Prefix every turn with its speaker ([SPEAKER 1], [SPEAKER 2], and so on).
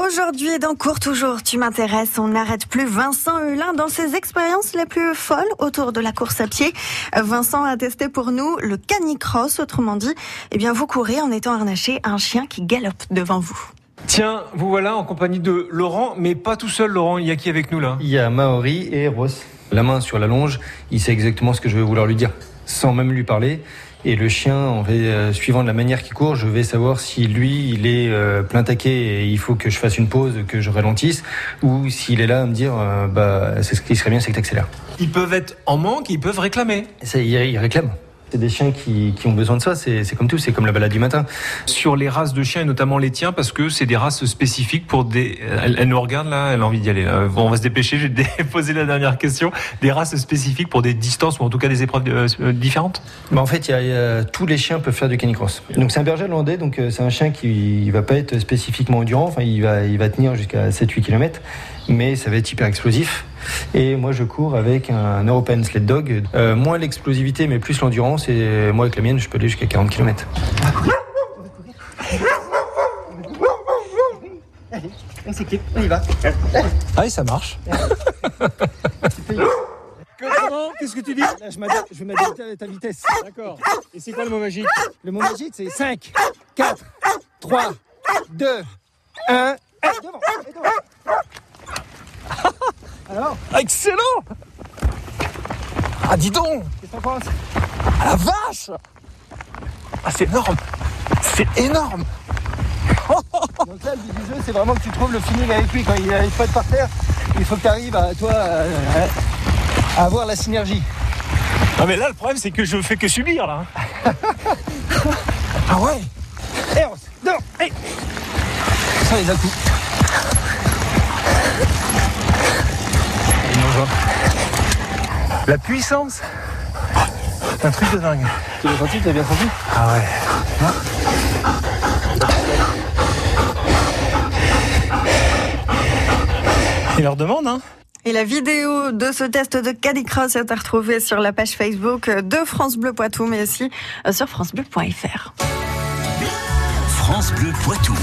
[SPEAKER 1] Aujourd'hui, dans Cours Toujours, tu m'intéresses, on n'arrête plus Vincent Hulin dans ses expériences les plus folles autour de la course à pied. Vincent a testé pour nous le canicross, autrement dit, eh bien, vous courez en étant harnaché à un chien qui galope devant vous.
[SPEAKER 2] Tiens, vous voilà en compagnie de Laurent, mais pas tout seul Laurent, il y a qui avec nous là
[SPEAKER 3] Il y a Maori et Ross. La main sur la longe, il sait exactement ce que je vais vouloir lui dire, sans même lui parler. Et le chien, en fait, euh, suivant de la manière qu'il court, je vais savoir si lui, il est euh, plein taquet et il faut que je fasse une pause, que je ralentisse, ou s'il est là à me dire, euh, bah, c'est ce qui serait bien, c'est que t'accélères.
[SPEAKER 2] Ils peuvent être en manque, ils peuvent réclamer.
[SPEAKER 3] C'est- Il il réclame. C'est des chiens qui, qui ont besoin de ça, c'est c'est comme tout, c'est comme la balade du matin.
[SPEAKER 2] Sur les races de chiens et notamment les tiens, parce que c'est des races spécifiques pour des. Elle, elle nous regarde là, elle a envie d'y aller. là. Bon, on va se dépêcher, j'ai dé- posé la dernière question. Des races spécifiques pour des distances ou en tout cas des épreuves euh, différentes
[SPEAKER 3] Bah, en fait, il y a- il y a- tous les chiens peuvent faire du canicross. Donc c'est un berger hollandais, donc euh, c'est un chien qui il va pas être spécifiquement endurant, enfin il va, il va tenir jusqu'à 7-8 km, mais ça va être hyper explosif. Et moi je cours avec un European Sled Dog, Euh, moins l'explosivité mais plus l'endurance, et euh, moi avec la mienne je peux aller jusqu'à 40 km.
[SPEAKER 4] On s'équipe, on y va.
[SPEAKER 2] Ah oui, ça marche.
[SPEAKER 4] Qu'est-ce que tu dis Là, je, m'adapte- je vais m'adapter à ta vitesse. D'accord. Et c'est quoi le mot magique Le mot magique, c'est 5, 4, 3, 2, 1. devant, et devant. Alors,
[SPEAKER 5] Excellent Ah dis donc
[SPEAKER 4] qu'est-ce que t'en penses
[SPEAKER 5] Ah la vache Ah c'est énorme C'est énorme
[SPEAKER 4] Donc là, le but du jeu, c'est vraiment que tu trouves le feeling avec lui. Quand il n'arrive pas de par terre, il faut que tu arrives à, toi, euh, à- à avoir la synergie.
[SPEAKER 5] Ah mais là le problème c'est que je fais que subir là
[SPEAKER 2] hein.
[SPEAKER 5] Ah ouais
[SPEAKER 4] Et on se- devant, et Ça, les à-coups.
[SPEAKER 5] La puissance Un truc de dingue
[SPEAKER 4] Tu l'as senti, tu as bien senti
[SPEAKER 5] Ah ouais Il leur demande hein
[SPEAKER 1] Et la vidéo de ce test de canicross est à retrouver sur la page Facebook de France Bleu Poitou, mais aussi euh, sur francebleu.fr.
[SPEAKER 6] France Bleu Poitou.